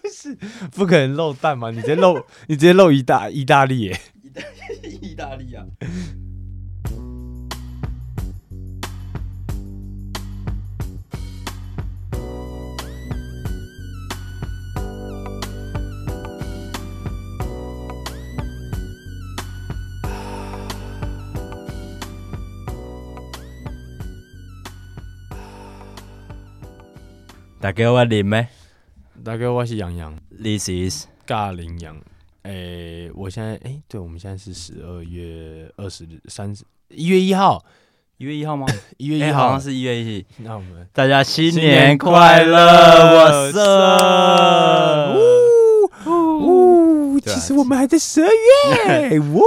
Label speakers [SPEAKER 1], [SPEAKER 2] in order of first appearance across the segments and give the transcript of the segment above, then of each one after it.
[SPEAKER 1] 不是，不可能漏蛋嘛！你直接漏， 你直接漏意大意大利耶！
[SPEAKER 2] 意大利啊，
[SPEAKER 3] 大家我林咩
[SPEAKER 1] 大哥，我是杨洋，
[SPEAKER 3] ？This is
[SPEAKER 1] 尬羚羊。诶、我现在诶、对，我们现在是十二月二十日、三十一月一号，
[SPEAKER 3] 一 月一号吗？
[SPEAKER 1] 一月
[SPEAKER 3] 哎、
[SPEAKER 1] 一号、
[SPEAKER 3] 好像是一月一。
[SPEAKER 1] 那我们
[SPEAKER 3] 大家新
[SPEAKER 1] 新年
[SPEAKER 3] 年
[SPEAKER 1] 快
[SPEAKER 3] 快
[SPEAKER 1] 乐
[SPEAKER 3] 乐！
[SPEAKER 1] 我
[SPEAKER 3] 我
[SPEAKER 1] 色
[SPEAKER 3] 是，
[SPEAKER 1] 呜，
[SPEAKER 3] 对啊
[SPEAKER 1] 其实我们还在十二月呜。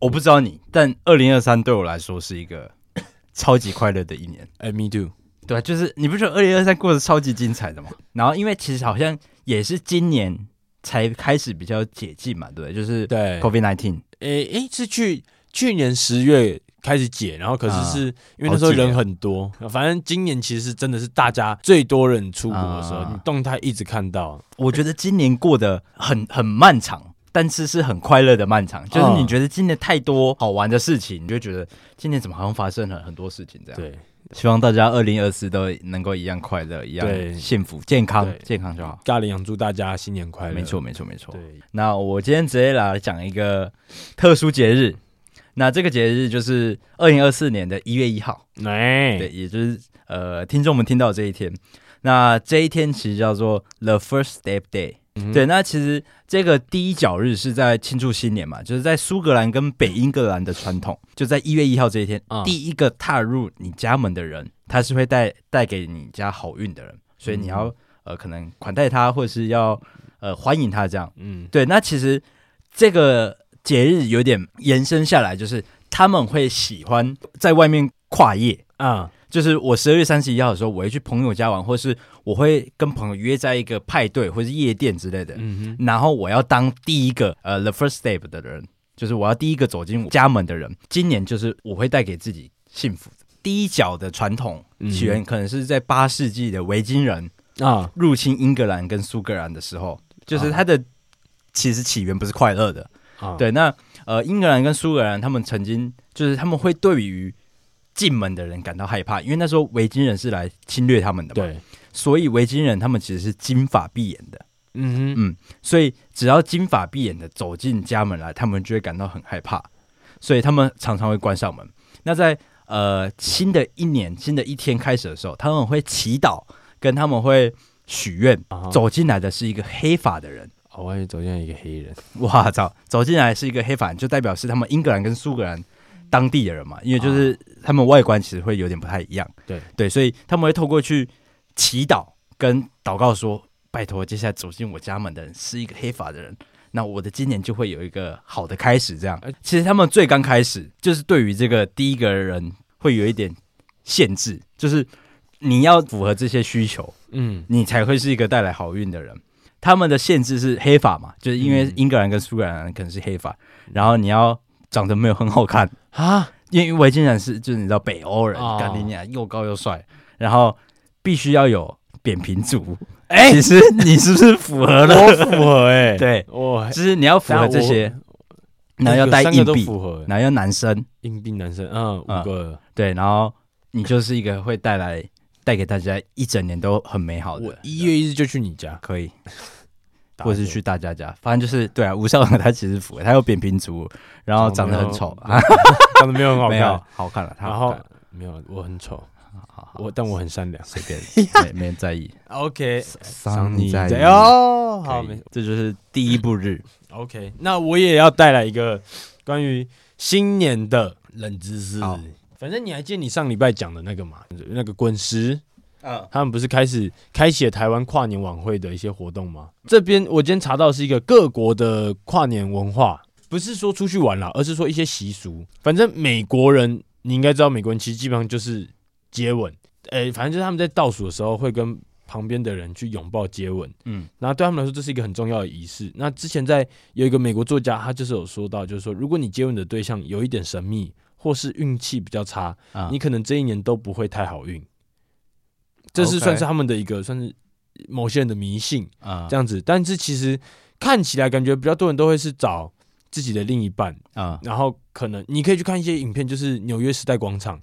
[SPEAKER 3] 我不知道你，但二零二三对我来说是一个 超级快乐的一年。
[SPEAKER 1] 哎、m e too。
[SPEAKER 3] 对啊，就是你不觉得二零二三过得超级精彩的吗？然后因为其实好像也是今年才开始比较解禁嘛，对不对？就是
[SPEAKER 1] 对
[SPEAKER 3] COVID nineteen，
[SPEAKER 1] 诶、诶、是去去年十月开始解，然后可是
[SPEAKER 3] 啊
[SPEAKER 1] 是、因为那时候
[SPEAKER 3] 好几年
[SPEAKER 1] 人很多，反正今年其实是真的是大家最多人出国的时候，
[SPEAKER 3] 啊
[SPEAKER 1] 你动态一直看到，
[SPEAKER 3] 我觉得今年过得很很漫长。但是是很快乐的漫长，就是你觉得今年太多好玩的事情，你就觉得今年怎么好像发生了很多事情这样。
[SPEAKER 1] 对
[SPEAKER 3] 希望大家二零二四都能够一样快乐，一
[SPEAKER 1] 对
[SPEAKER 3] 样幸福、健康
[SPEAKER 1] 对，
[SPEAKER 3] 健康就好。
[SPEAKER 1] 咖喱羊祝大家新年快乐，
[SPEAKER 3] 没错，没错，没错。
[SPEAKER 1] 对，
[SPEAKER 3] 那我今天直接来讲一个特殊节日，那这个节日就是二零二四年的一月一号，
[SPEAKER 1] 哎、
[SPEAKER 3] 对，也就是呃，听众们听到这一天，那这一天其实叫做 The First Step Day。
[SPEAKER 1] 嗯
[SPEAKER 3] 对，那其实这个第一脚日是在庆祝新年嘛，就是在苏格兰跟北英格兰的传统，就在一月一号这一天，
[SPEAKER 1] 嗯
[SPEAKER 3] 第一个踏入你家门的人，他是会带带给你家好运的人，所以你要、呃可能款待他，或者是要呃欢迎他这样。
[SPEAKER 1] 嗯，
[SPEAKER 3] 对，那其实这个节日有点延伸下来，就是他们会喜欢在外面跨夜。
[SPEAKER 1] 啊，
[SPEAKER 3] 就是我十二月三十一号的时候，我会去朋友家玩，或是我会跟朋友约在一个派对或是夜店之类的，
[SPEAKER 1] 嗯
[SPEAKER 3] 然后我要当第一个呃 the first step 的人，就是我要第一个走进我家门的人。今年就是我会带给自己幸福。第一脚的传统起源可能是在八世纪的维京人
[SPEAKER 1] 哼，啊，
[SPEAKER 3] 入侵英格兰跟苏格兰的时候，就是它的其实起源不是快乐的，
[SPEAKER 1] 啊，
[SPEAKER 3] 对，那呃，英格兰跟苏格兰他们曾经就是他们会对于进门的人感到害怕，因为那时候维京人是来侵略他们的嘛，
[SPEAKER 1] 对，
[SPEAKER 3] 所以维京人他们其实是金发碧眼的，
[SPEAKER 1] 嗯哼，
[SPEAKER 3] 嗯所以只要金发碧眼的走进家门来，他们就会感到很害怕，所以他们常常会关上门。那在呃新的一年、新的一天开始的时候，他们会祈祷，跟他们会许愿。
[SPEAKER 1] 啊哈，
[SPEAKER 3] 嗯走进来的是一个黑发的人，
[SPEAKER 1] 哦我也走进来一个黑人，
[SPEAKER 3] 哇操！走进来是一个黑反，就代表是他们英格兰跟苏格兰当地的人嘛，因为就是他们外观其实会有点不太一样。
[SPEAKER 1] 对
[SPEAKER 3] 对，所以他们会透过去祈祷跟祷告说：“拜托，接下来走进我家门的人是一个黑发的人，那我的今年就会有一个好的开始。”这样
[SPEAKER 1] 哎，
[SPEAKER 3] 其实他们最刚开始就是对于这个第一个人会有一点限制，就是你要符合这些需求，
[SPEAKER 1] 嗯，
[SPEAKER 3] 你才会是一个带来好运的人。他们的限制是黑发嘛，就是因为
[SPEAKER 1] 嗯
[SPEAKER 3] 英格兰跟苏格兰可能是黑发，然后你要长得没有很好看，
[SPEAKER 1] 啊，
[SPEAKER 3] 因为维京人是就是你知道北欧人
[SPEAKER 1] 哦，
[SPEAKER 3] 干你娘又高又帅，然后必须要有扁平足。
[SPEAKER 1] 哎
[SPEAKER 3] 其实你是不是 符合了？
[SPEAKER 1] 我符合哎、
[SPEAKER 3] 对，
[SPEAKER 1] 我
[SPEAKER 3] 就是你要符合这些，然后要带
[SPEAKER 1] 带
[SPEAKER 3] 硬
[SPEAKER 1] 都
[SPEAKER 3] 币，
[SPEAKER 1] 符合欸，
[SPEAKER 3] 然后要男生，
[SPEAKER 1] 硬币男生，嗯，五
[SPEAKER 3] 啊
[SPEAKER 1] 个，
[SPEAKER 3] 对，然后你就是一个会带来带给大家一整年都很美好的
[SPEAKER 1] 我
[SPEAKER 3] 人。
[SPEAKER 1] 一月一日就去你家，
[SPEAKER 3] 可以，
[SPEAKER 1] 打
[SPEAKER 3] 或是去大家家，反正就是对啊，吴少朗他其实符合，他有扁平足，然
[SPEAKER 1] 哦
[SPEAKER 3] 后长得很丑
[SPEAKER 1] 没有
[SPEAKER 3] 啊，
[SPEAKER 1] 长得没有很好
[SPEAKER 3] 没有
[SPEAKER 1] 看，
[SPEAKER 3] 好看了，他
[SPEAKER 1] 然
[SPEAKER 3] 好
[SPEAKER 1] 后
[SPEAKER 3] 看
[SPEAKER 1] 没有，我很丑，
[SPEAKER 3] 好好好
[SPEAKER 1] 我但我很善良。
[SPEAKER 3] 随便， 没没人在意，
[SPEAKER 1] OK，
[SPEAKER 3] 桑尼在意
[SPEAKER 1] 哦，
[SPEAKER 3] 可
[SPEAKER 1] 好，
[SPEAKER 3] 以
[SPEAKER 1] 没
[SPEAKER 3] 这就是第一 步日，
[SPEAKER 1] OK，那我也要带来一个关于新年的冷知识
[SPEAKER 3] 好。
[SPEAKER 1] 反正你还记得你上礼拜讲的那个嘛，那个滚石，
[SPEAKER 3] 嗯，
[SPEAKER 1] 他们不是开始开启了台湾跨年晚会的一些活动吗？这边我今天查到是一个各国的跨年文化，不是说出去玩啦，而是说一些习俗。反正美国人，你应该知道，美国人其实基本上就是接吻，诶、反正就是他们在倒数的时候会跟旁边的人去拥抱接吻。
[SPEAKER 3] 嗯，
[SPEAKER 1] 那对他们来说，这是一个很重要的仪式。那之前在有一个美国作家，他就是有说到，就是说，如果你接吻的对象有一点神秘，或是运气比较差，
[SPEAKER 3] 啊
[SPEAKER 1] 你可能这一年都不会太好运。这是
[SPEAKER 3] OK
[SPEAKER 1] 算是他们的一个算是某些人的迷信
[SPEAKER 3] 啊
[SPEAKER 1] 这样子，但是其实看起来感觉比较多人都会是找自己的另一半，
[SPEAKER 3] 啊
[SPEAKER 1] 然后可能你可以去看一些影片，就是纽约时代广场。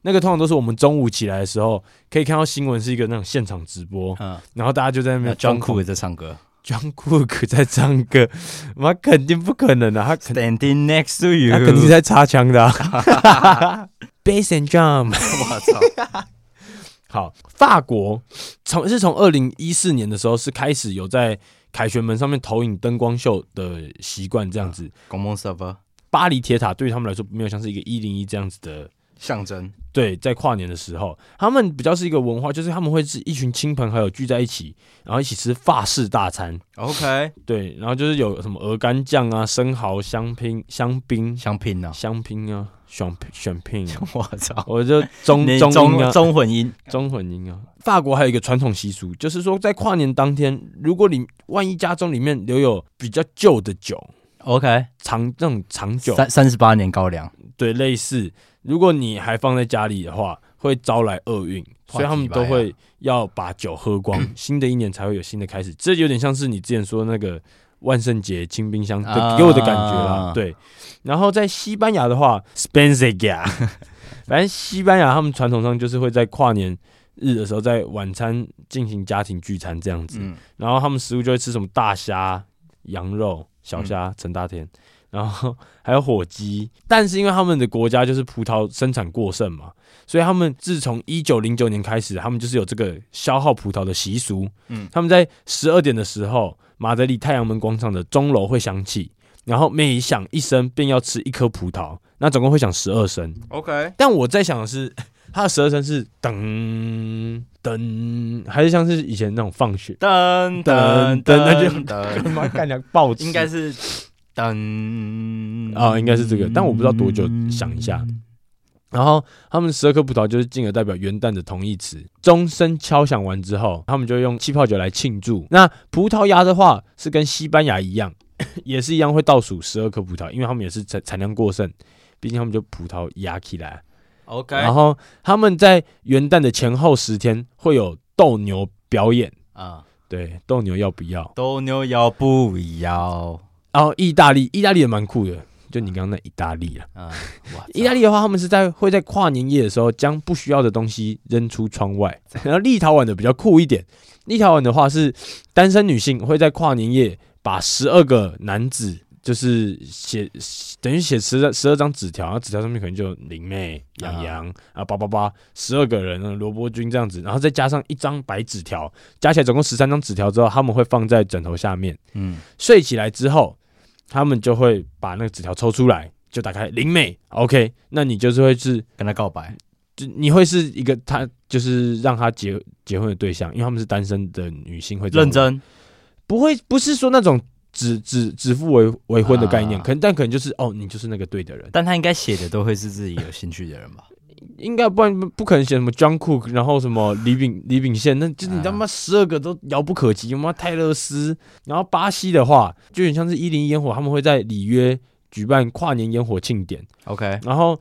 [SPEAKER 1] 那个通常都是我们中午起来的时候，可以看到新闻是一个那种现场直播，
[SPEAKER 3] 嗯，
[SPEAKER 1] 然后大家就在那
[SPEAKER 3] 那
[SPEAKER 1] 边
[SPEAKER 3] John
[SPEAKER 1] 疯狂
[SPEAKER 3] Cook 在唱 歌
[SPEAKER 1] John Cook 在唱歌，妈肯定不可能的、啊，他肯
[SPEAKER 3] ，Standing next to
[SPEAKER 1] 他肯定
[SPEAKER 3] you，
[SPEAKER 1] 在插枪的、啊。Bass and drum，
[SPEAKER 3] 我操，
[SPEAKER 1] 好，法国从是从二零一四年的时候是开始有在凯旋门上面投影灯光秀的习惯，这样子。
[SPEAKER 3] 公梦 server
[SPEAKER 1] 巴黎铁塔对于他们来说没有像是一个一零一这样子的
[SPEAKER 3] 象 征，
[SPEAKER 1] 对，在跨年的时候，他们比较是一个文化，就是他们会是一群亲朋好友聚在一起，然后一起吃法式大餐。
[SPEAKER 3] OK，
[SPEAKER 1] 对，然后就是有什么鹅肝酱啊、生蚝、香槟、香槟、
[SPEAKER 3] 相 拼呢？
[SPEAKER 1] 香槟 啊、选选聘啊，
[SPEAKER 3] 我操，
[SPEAKER 1] 我就中
[SPEAKER 3] 你
[SPEAKER 1] 中音啊
[SPEAKER 3] 中中混音
[SPEAKER 1] 中混音啊。法国还有一个传统习俗，就是说在跨年当天，如果你万一家中里面留有比较旧的酒，
[SPEAKER 3] ，OK，
[SPEAKER 1] 长这种长久，
[SPEAKER 3] 三三十八年高粱，
[SPEAKER 1] 对，类似，如果你还放在家里的话，会招来厄运，所以他们都会要把酒喝光，新的一年才会有新的开始。这有点像是你之前说的那个万圣节清冰箱
[SPEAKER 3] 啊
[SPEAKER 1] 的给我的感觉啦。对，然后在西班牙的话 s p a n z i g a 反正西班牙他们传统上就是会在跨年日的时候，在晚餐进行家庭聚餐这样子。
[SPEAKER 3] 嗯，
[SPEAKER 1] 然后他们食物就会吃什么大虾、羊肉、小虾、陈大天， 然后还有火鸡。但是因为他们的国家就是葡萄生产过剩嘛，所以他们自从一九零九年开始，他们就是有这个消耗葡萄的习俗。
[SPEAKER 3] 嗯
[SPEAKER 1] 他们在十二点的时候，马德里太阳门广场的钟楼会响起，然后每响一声便要吃一颗葡萄，那总共会响十二声。
[SPEAKER 3] OK，
[SPEAKER 1] 但我在想的是， 它的十二声是噔噔，还是像是以前那种放学？
[SPEAKER 3] 噔
[SPEAKER 1] 噔噔
[SPEAKER 3] 噔噔，
[SPEAKER 1] 那就
[SPEAKER 3] 噔，
[SPEAKER 1] 他妈干娘爆
[SPEAKER 3] 应该是噔
[SPEAKER 1] 啊应该是这个但我不知道多久想一下。然后他们十二颗葡萄就是进而代表元旦的同义词。钟声敲响完之后，他们就用气泡酒来庆祝。那葡萄牙的话是跟西班牙一样， 也是一样会倒数十二颗葡萄，因为他们也是产产量过剩，毕竟他们就葡萄压起来。
[SPEAKER 3] OK，
[SPEAKER 1] 然后他们在元旦的前后十天会有斗牛表演，
[SPEAKER 3] 啊，
[SPEAKER 1] 对，斗牛要不要？
[SPEAKER 3] 斗牛要不要？
[SPEAKER 1] 然后意大利，意大利也蛮酷的，就你刚刚那意大利啊。
[SPEAKER 3] 啊，哇，
[SPEAKER 1] 意大利的话，他们是在会在跨年夜的时候将不需要的东西扔出窗外。然后立陶宛的比较酷一点，立陶宛的话是单身女性会在跨年夜把十二个男子就是写等于写十十二张纸条，然后纸条上面可能就有林妹、杨洋啊、叭叭叭，十二个人，呃罗伯君这样子，然后再加上一张白纸条，加起来总共十三张纸条之后，他们会放在枕头下面。
[SPEAKER 3] 嗯，
[SPEAKER 1] 睡起来之后，他们就会把那个纸条抽出来，就打开灵美，OK，那你就是会是，
[SPEAKER 3] 跟他告白，
[SPEAKER 1] 就你会是一个他就是让他结结婚的对象，因为他们是单身的女性会这样
[SPEAKER 3] 认，真
[SPEAKER 1] 不会不是说那种指指指腹为为婚的概念，
[SPEAKER 3] 啊
[SPEAKER 1] 可能但可能就是哦，你就是那个对的人，
[SPEAKER 3] 但他应该写的都会是自己有兴趣的人吧？
[SPEAKER 1] 应该不然不可能写什么 John Cook，然后什 么李秉李秉宪，那
[SPEAKER 3] 啊
[SPEAKER 1] 就是你他妈十二个都遥不可及，他妈泰勒斯。然后巴西的话，就有点像是一零烟火，他们会在里约举办跨年烟火庆典，
[SPEAKER 3] OK，
[SPEAKER 1] 然后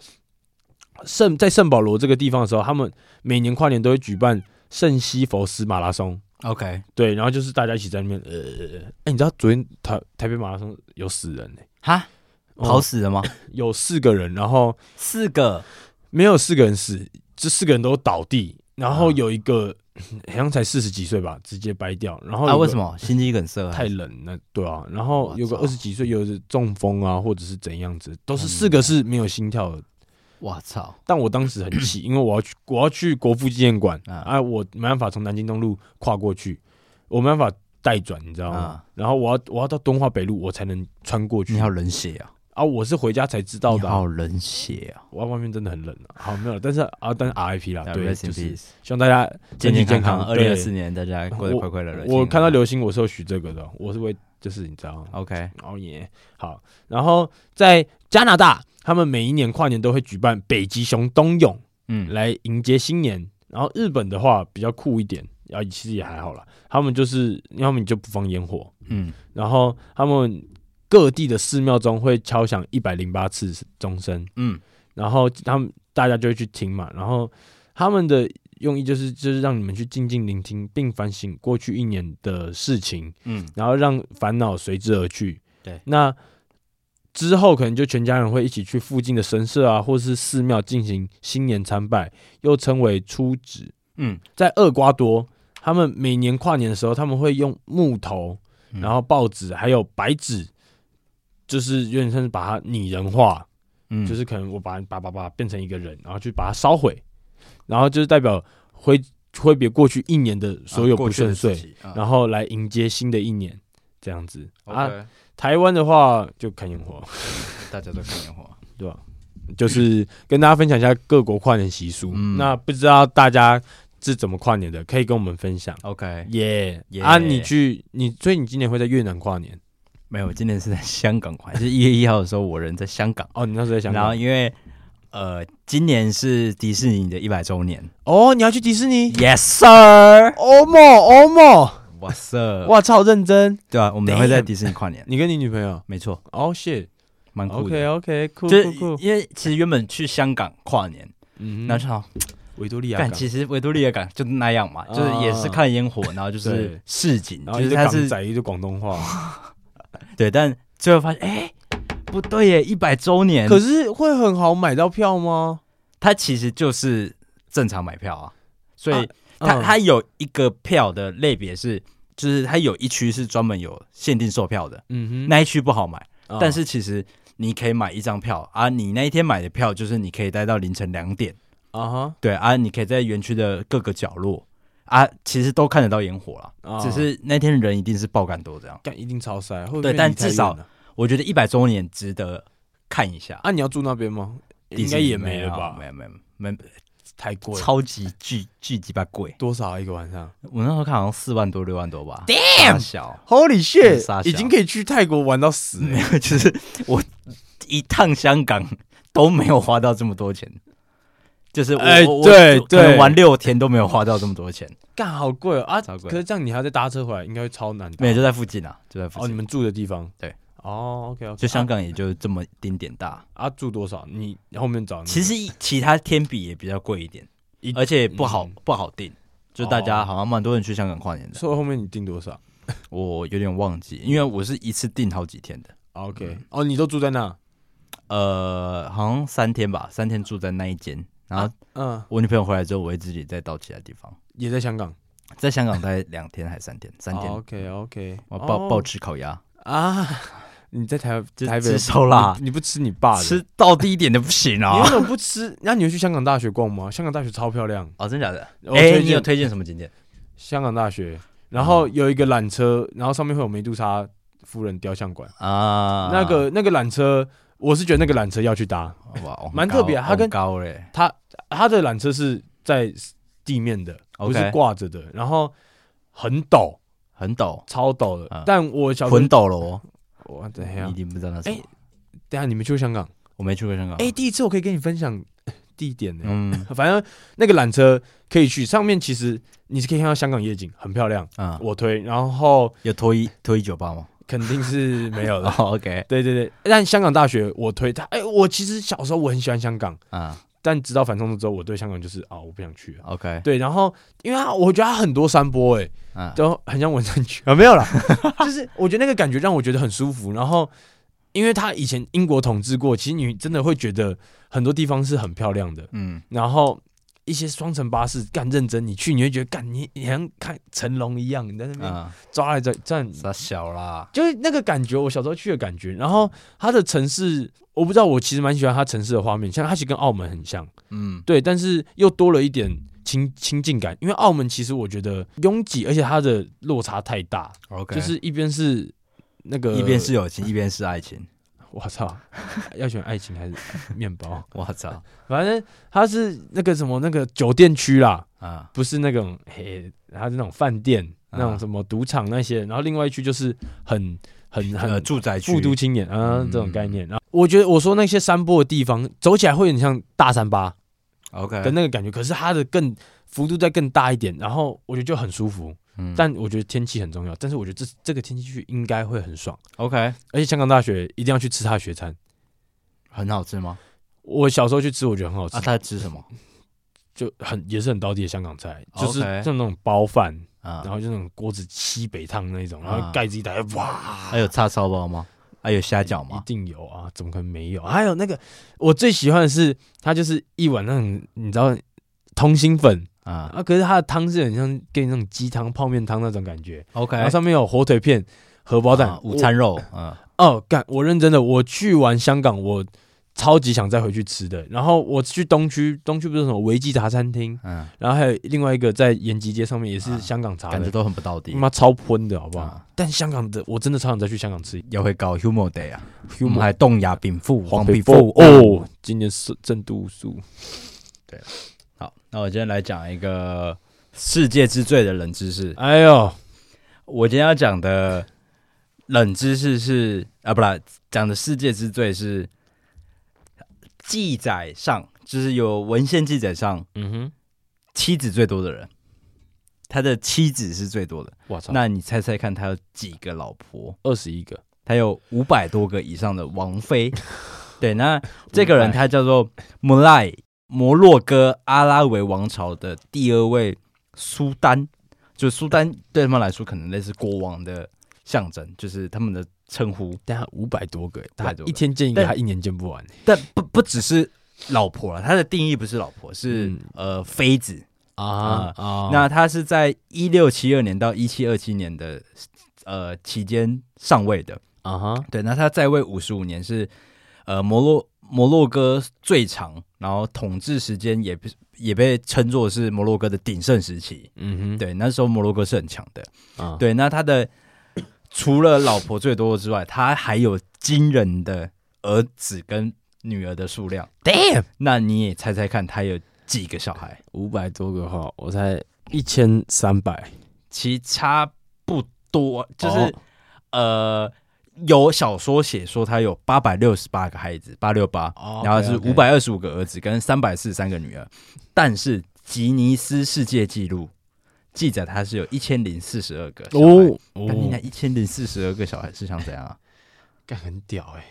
[SPEAKER 1] 圣在圣保罗这个地方的时候，他们每年跨年都会举办圣西佛斯马拉松。
[SPEAKER 3] OK，
[SPEAKER 1] 对，然后就是大家一起在那边，呃，哎、你知道昨天台台北马拉松有死人呢、欸哦
[SPEAKER 3] 哈，跑死了吗？
[SPEAKER 1] 有四个人，然后
[SPEAKER 3] 四个
[SPEAKER 1] 没有四个人死，这四个人都倒地，然后
[SPEAKER 3] 啊
[SPEAKER 1] 有一个、 好像才四十几岁吧，直接掰掉。然后
[SPEAKER 3] 啊？
[SPEAKER 1] 有个
[SPEAKER 3] 为什么心肌梗塞？
[SPEAKER 1] 太冷了？对啊，然后
[SPEAKER 3] 我
[SPEAKER 1] 有个
[SPEAKER 3] 操
[SPEAKER 1] 二十几岁，有的中风啊，或者是怎样子，都是
[SPEAKER 3] 嗯
[SPEAKER 1] 四个是没有心跳的。
[SPEAKER 3] 我操！
[SPEAKER 1] 但我当时很 气，因为我要去我要去国父纪念馆
[SPEAKER 3] 啊
[SPEAKER 1] 啊，我没办法从南京东路跨过去，我没办法带转，你知道吗
[SPEAKER 3] 啊？
[SPEAKER 1] 然后我要我要到敦化北路，我才能穿过去
[SPEAKER 3] 你好冷血啊！
[SPEAKER 1] 啊！我是回家才知道
[SPEAKER 3] 你
[SPEAKER 1] 的啊，
[SPEAKER 3] 好冷血啊！
[SPEAKER 1] 哇，外面真的很冷啊。好，没有，但是啊，但是 RIP 啦，对，
[SPEAKER 3] ，Rest
[SPEAKER 1] 就
[SPEAKER 3] in
[SPEAKER 1] 是
[SPEAKER 3] peace，
[SPEAKER 1] 希望大家身
[SPEAKER 3] 健
[SPEAKER 1] 体
[SPEAKER 3] 健
[SPEAKER 1] 健
[SPEAKER 3] 康
[SPEAKER 1] 康
[SPEAKER 3] 康。。二零二四
[SPEAKER 1] 对
[SPEAKER 3] 年大家过得快快乐乐。
[SPEAKER 1] 我看到
[SPEAKER 3] 流
[SPEAKER 1] 流星，我是有许这个的，我是会就是你知道，
[SPEAKER 3] OK，
[SPEAKER 1] 哦耶，好。然后在加拿大，他们每一年跨年都会举办北极熊冬泳。
[SPEAKER 3] 嗯，
[SPEAKER 1] 来迎接新年。然后日本的话比较酷一点，啊，其实也还好啦。他们就是因为他们就不放烟火，
[SPEAKER 3] 嗯，
[SPEAKER 1] 然后他们各地的寺庙中会敲响一百零八次钟声，
[SPEAKER 3] 嗯，
[SPEAKER 1] 然后他们大家就会去听嘛。然后他们的用意就是就是让你们去静静聆听，并反省过去一年的事情，
[SPEAKER 3] 嗯，
[SPEAKER 1] 然后让烦恼随之而去。
[SPEAKER 3] 对，
[SPEAKER 1] 那之后可能就全家人会一起去附近的神社啊，或是寺庙进行新年参拜，又称为初值。
[SPEAKER 3] 嗯，
[SPEAKER 1] 在厄瓜多，他们每年跨年的时候，他们会用木头、
[SPEAKER 3] 嗯
[SPEAKER 1] 然后报纸还有白纸，就是有点像是把它拟人化，
[SPEAKER 3] 嗯
[SPEAKER 1] 就是可能我把把把把变成一个人，然后去把它烧毁，然后就是代表挥挥别过去一年的所有不顺遂，，
[SPEAKER 3] 啊
[SPEAKER 1] 然后来迎接新的一年，这样子
[SPEAKER 3] 过去的事情
[SPEAKER 1] 啊。
[SPEAKER 3] OK，
[SPEAKER 1] 台湾的话就看烟火，
[SPEAKER 3] 大家都看烟火，
[SPEAKER 1] 对吧？就是跟大家分享一下各国跨年习俗。
[SPEAKER 3] 嗯
[SPEAKER 1] 那不知道大家是怎么跨年的，可以跟我们分享。
[SPEAKER 3] OK，
[SPEAKER 1] 耶、
[SPEAKER 3] 耶
[SPEAKER 1] 啊！你去你，所以你今年会在越南跨年
[SPEAKER 3] 没有，我今年是在香港跨，就是一月一号的时候，我人在香港，
[SPEAKER 1] 哦？你那时候在香
[SPEAKER 3] 然后
[SPEAKER 1] 港
[SPEAKER 3] 因为呃，今年是迪士尼的一百周 年
[SPEAKER 1] 哦？你要去迪士尼？
[SPEAKER 3] ，Yes sir，呃
[SPEAKER 1] 欧莫欧莫，
[SPEAKER 3] 哇塞，
[SPEAKER 1] 哇操，认真！
[SPEAKER 3] 对啊，我们会在
[SPEAKER 1] Damn
[SPEAKER 3] 迪士尼跨年，
[SPEAKER 1] 你跟你女朋友？
[SPEAKER 3] 没错，
[SPEAKER 1] 哦、shit，
[SPEAKER 3] 蛮酷
[SPEAKER 1] OK
[SPEAKER 3] 的。
[SPEAKER 1] OK，酷
[SPEAKER 3] 就是
[SPEAKER 1] 酷酷，
[SPEAKER 3] 因为其实原本去香港跨年，
[SPEAKER 1] 嗯哼，
[SPEAKER 3] 然后就想
[SPEAKER 1] 维多利亚
[SPEAKER 3] 干，
[SPEAKER 1] 港，
[SPEAKER 3] 其实维多利亚港就那样嘛，
[SPEAKER 1] 啊
[SPEAKER 3] 就是也是看烟火，然 后就
[SPEAKER 1] 对
[SPEAKER 3] 是市井，
[SPEAKER 1] 然后
[SPEAKER 3] 就
[SPEAKER 1] 一个
[SPEAKER 3] 是它
[SPEAKER 1] 港
[SPEAKER 3] 是
[SPEAKER 1] 仔，一个广东话，
[SPEAKER 3] 对，但最后发现，哎，不对耶，一百周年，
[SPEAKER 1] 可是会很好买到票吗？
[SPEAKER 3] 它其实就是正常买票啊，所以它
[SPEAKER 1] 嗯
[SPEAKER 3] 它有一个票的类别是，就是它有一区是专门有限定售票的，
[SPEAKER 1] 嗯哼，
[SPEAKER 3] 那一区不好买，
[SPEAKER 1] 啊
[SPEAKER 3] 但是其实你可以买一张票啊，你那一天买的票就是你可以待到凌晨两点。
[SPEAKER 1] 啊哈，
[SPEAKER 3] 对啊，你可以在园区的各个角落啊，其实都看得到烟火啦。
[SPEAKER 1] 啊
[SPEAKER 3] 只是那天人一定是爆干多这样。
[SPEAKER 1] 干一定超塞，会不会
[SPEAKER 3] 对
[SPEAKER 1] 离
[SPEAKER 3] 但
[SPEAKER 1] 太
[SPEAKER 3] 至
[SPEAKER 1] 远
[SPEAKER 3] 少
[SPEAKER 1] 了
[SPEAKER 3] 我觉得一百周年值得看一下。
[SPEAKER 1] 啊，你要住那边吗？
[SPEAKER 3] 迪
[SPEAKER 1] 应
[SPEAKER 3] 士
[SPEAKER 1] 该
[SPEAKER 3] 尼
[SPEAKER 1] 也没了吧
[SPEAKER 3] 没？有没有没有，
[SPEAKER 1] 太贵，
[SPEAKER 3] 超级巨巨鸡巴贵。
[SPEAKER 1] 多少啊一个晚上
[SPEAKER 3] 我那时候看好像四万多六万多吧。Damn，小
[SPEAKER 1] ？Holy
[SPEAKER 3] 傻
[SPEAKER 1] shit！
[SPEAKER 3] 小
[SPEAKER 1] 已经可以去泰国玩到死欸了
[SPEAKER 3] 没有，就是我一趟香港都没有花到这么多钱。就是我、
[SPEAKER 1] 哎
[SPEAKER 3] 我我
[SPEAKER 1] 对
[SPEAKER 3] 我可能
[SPEAKER 1] 对
[SPEAKER 3] 玩六天都没有花到这么多钱，
[SPEAKER 1] 干好贵哦啊！
[SPEAKER 3] 超贵
[SPEAKER 1] 可是这样你还要再搭车回来，应该会超难搭。
[SPEAKER 3] 没有就在附近啊，就在附
[SPEAKER 1] 哦，
[SPEAKER 3] 近，
[SPEAKER 1] 你们住的地方
[SPEAKER 3] 对。
[SPEAKER 1] 哦，OK OK，
[SPEAKER 3] 就香港也就这么一丁点大。
[SPEAKER 1] 啊，住多少？你后面找那个。
[SPEAKER 3] 其实一其他天比也比较贵一点
[SPEAKER 1] 嗯一，
[SPEAKER 3] 而且不好、
[SPEAKER 1] 嗯哦
[SPEAKER 3] 不好定。就大家好像蛮多人去香港跨年的，
[SPEAKER 1] 所以后面你订多少
[SPEAKER 3] 我有点忘记，因为我是一次订好几天的，
[SPEAKER 1] ？OK，哦，你都住在那？
[SPEAKER 3] 呃，好像三天吧，三天住在那一间。然后
[SPEAKER 1] 嗯，
[SPEAKER 3] 我女朋友回来之后，我会自己再到其他地方，
[SPEAKER 1] 也在香港。
[SPEAKER 3] 在香港待两天还三天，三天，
[SPEAKER 1] 哦 OK OK，哦
[SPEAKER 3] 我暴暴吃烤鸭，
[SPEAKER 1] 啊！你在台
[SPEAKER 3] 就
[SPEAKER 1] 台北
[SPEAKER 3] 吃烧腊
[SPEAKER 1] 你，你不吃你爸的？
[SPEAKER 3] 吃到地一点都不行
[SPEAKER 1] 你
[SPEAKER 3] 啊
[SPEAKER 1] 为！什么不吃？ 那你会去香港大学逛吗？香港大学超漂亮。
[SPEAKER 3] 哦，真假的？
[SPEAKER 1] 我
[SPEAKER 3] 哎，
[SPEAKER 1] 推嗯
[SPEAKER 3] 你有
[SPEAKER 1] 荐
[SPEAKER 3] 推荐什么景点？
[SPEAKER 1] 香港大学，然后有一个缆车，然后上面会有梅杜莎夫人雕像馆。
[SPEAKER 3] 啊，
[SPEAKER 1] 那个那个缆车，我是觉得那个缆车要去搭。
[SPEAKER 3] 哇，
[SPEAKER 1] 蛮特别啊它跟
[SPEAKER 3] 很高欸嘞，
[SPEAKER 1] 它的缆车是在地面的，不
[SPEAKER 3] OK
[SPEAKER 1] 是挂着的，然后很陡，
[SPEAKER 3] 很陡，
[SPEAKER 1] 超陡的。
[SPEAKER 3] 嗯
[SPEAKER 1] 但我小时候
[SPEAKER 3] 魂，斗罗，
[SPEAKER 1] 我等一
[SPEAKER 3] 你
[SPEAKER 1] 下
[SPEAKER 3] 一，定不知道那是什么
[SPEAKER 1] 哎等一下你们去过香港？
[SPEAKER 3] 我没去过香港。
[SPEAKER 1] 哎，第一次我可以跟你分享 呃地点呢。
[SPEAKER 3] 嗯
[SPEAKER 1] 反正那个缆车可以去，上面其实你是可以看到香港夜景，很漂亮。
[SPEAKER 3] 啊，
[SPEAKER 1] 我推，然后
[SPEAKER 3] 有脱衣脱衣酒 吧吗？
[SPEAKER 1] 肯定是没有
[SPEAKER 3] 哦
[SPEAKER 1] 的。
[SPEAKER 3] ，OK，
[SPEAKER 1] 对对对，但香港大学我推它。哎，我其实小时候我很喜欢香港，
[SPEAKER 3] 啊
[SPEAKER 1] 但直到反送中之后，我对香港就是啊，我不想去了。
[SPEAKER 3] ，OK，
[SPEAKER 1] 对，然后因为它我觉得它很多山坡、哎，
[SPEAKER 3] 啊，
[SPEAKER 1] 都很像文山区啊，没有啦，就是我觉得那个感觉让我觉得很舒服。然后，因为它以前英国统治过，其实你真的会觉得很多地方是很漂亮的。
[SPEAKER 3] 嗯，
[SPEAKER 1] 然后一些双层巴士，干认真你去，你会觉得干你你好像看成龙一样，你在那边
[SPEAKER 3] 啊，
[SPEAKER 1] 抓来抓站，
[SPEAKER 3] 傻小啦，
[SPEAKER 1] 就是那个感觉，我小时候去的感觉。然后它的城市，我不知道，我其实蛮喜欢它城市的画面，像它其实跟澳门很像。
[SPEAKER 3] 嗯
[SPEAKER 1] 对，但是又多了一点亲亲近感，因为澳门其实我觉得拥挤，而且它的落差太大，
[SPEAKER 3] ，OK，呃
[SPEAKER 1] 就是一边是那个，
[SPEAKER 3] 一边是友情，一边是爱情。
[SPEAKER 1] 我操， 要选爱情还是面包？
[SPEAKER 3] 我操
[SPEAKER 1] 反正它是那个什么那个酒店区啦，
[SPEAKER 3] 啊，
[SPEAKER 1] 不是那种嘿，它是那种饭店、那种什么赌场那些，然后另外一区就是很很很
[SPEAKER 3] 呃，住宅区
[SPEAKER 1] 富都青年啊、
[SPEAKER 3] 嗯
[SPEAKER 1] 这种概念。然后我觉得我说那些山坡的地方，走起来会很像大三巴。
[SPEAKER 3] ，OK，
[SPEAKER 1] 的那个感觉，可是它的更幅度再更大一点，然后我觉得就很舒服。
[SPEAKER 3] 嗯
[SPEAKER 1] 但我觉得天气很重要，但是我觉得这这个天气去应该会很爽，
[SPEAKER 3] OK，
[SPEAKER 1] 而且香港大学一定要去吃它的学餐。
[SPEAKER 3] 很好吃吗？啊
[SPEAKER 1] 我小时候去吃，我觉得很好吃。
[SPEAKER 3] 啊，他吃什么？
[SPEAKER 1] 就很也是很道地的香港菜，
[SPEAKER 3] 哦 OK
[SPEAKER 1] 就是像那种包饭，
[SPEAKER 3] 啊
[SPEAKER 1] 然，后就那种锅子西北烫那种，
[SPEAKER 3] 啊
[SPEAKER 1] 然后盖子一打开，哇，
[SPEAKER 3] 还有叉烧包吗？还有虾饺
[SPEAKER 1] 一
[SPEAKER 3] 吗？
[SPEAKER 1] 定有啊，怎么可能没有？还有那个我最喜欢的是，它就是一碗那种你知道通心粉
[SPEAKER 3] 啊
[SPEAKER 1] 啊，可是它的汤是很像给你那种鸡汤、泡面汤那种感觉，
[SPEAKER 3] ，OK，
[SPEAKER 1] 然后上面有火腿片、荷包蛋
[SPEAKER 3] 啊、午餐肉，嗯，
[SPEAKER 1] 哦，干！我认真的，我去完香港，我超级想再回去吃的。然后我去东区，东区不是有什么维记茶餐厅，
[SPEAKER 3] 嗯，
[SPEAKER 1] 然后还有另外一个在延吉街上面也
[SPEAKER 3] 啊
[SPEAKER 1] 是香港茶
[SPEAKER 3] 感觉嗯
[SPEAKER 1] 的，
[SPEAKER 3] 都很不到
[SPEAKER 1] 他
[SPEAKER 3] 底。
[SPEAKER 1] 妈超喷的好不好？
[SPEAKER 3] 啊
[SPEAKER 1] 但香港的我真的超想再去香港吃。
[SPEAKER 3] 也会搞 humor day 啊，我
[SPEAKER 1] Humor
[SPEAKER 3] 们还冻牙禀赋、黄皮
[SPEAKER 1] 腹
[SPEAKER 3] 肤哦。
[SPEAKER 1] 哦，今年是正度数，
[SPEAKER 3] 好，那我今天来讲一个世界之最的冷知识。
[SPEAKER 1] 哎呦，
[SPEAKER 3] 我今天要讲的冷知识是啊，不啦，讲的世界之最是记载上，就是有文献记载上
[SPEAKER 1] 嗯哼，
[SPEAKER 3] 妻子最多的人，他的妻子是最多的。
[SPEAKER 1] 我操，
[SPEAKER 3] 那你猜猜看，他有几个老婆？
[SPEAKER 1] 二十一个，
[SPEAKER 3] 他有五百多个以上的王妃。对，那这个人
[SPEAKER 1] 500
[SPEAKER 3] 他叫做莫赖，摩洛哥阿拉维王朝的第二位苏丹，就苏丹对他们来说可能类似国王的象征，就是他们的称呼。
[SPEAKER 1] 但他五百多个，
[SPEAKER 3] 500
[SPEAKER 1] 他
[SPEAKER 3] 多个
[SPEAKER 1] 一天见一个，
[SPEAKER 3] 但
[SPEAKER 1] 他一年见不完
[SPEAKER 3] 但不不只是老婆了，他的定义不是老婆，是、
[SPEAKER 1] 嗯
[SPEAKER 3] 呃妃子。
[SPEAKER 1] 啊啊
[SPEAKER 3] 那他是在一六七二年到一七二七年的呃期间上位的。
[SPEAKER 1] 啊哈，
[SPEAKER 3] 对，那他在位五十五年是呃摩洛摩洛哥最长，然后统治时间也被也被称作是摩洛哥的鼎盛时期。
[SPEAKER 1] 嗯哼，
[SPEAKER 3] 对，那时候摩洛哥是很强的。
[SPEAKER 1] 啊，
[SPEAKER 3] 对，那他的除了老婆最多之外，他还有惊人的儿子跟女儿的数量。
[SPEAKER 1] ，damn，
[SPEAKER 3] 那你也猜猜看，他有几个小孩？
[SPEAKER 1] 五百多个哈，我才一千三百，
[SPEAKER 3] 其实差不多，就是、
[SPEAKER 1] 哦
[SPEAKER 3] 呃，有小说写说他有八百六十八个孩子，八六八
[SPEAKER 1] 哦，
[SPEAKER 3] 然后是五
[SPEAKER 1] OK，OK
[SPEAKER 3] 百二十五个儿子跟三百四十三个女儿，但是吉尼斯世界纪录记载他是有一千零四十二个小孩。
[SPEAKER 1] 哦，哦
[SPEAKER 3] 那你看一千零四十二个小孩是想怎样啊？
[SPEAKER 1] 干很屌哎、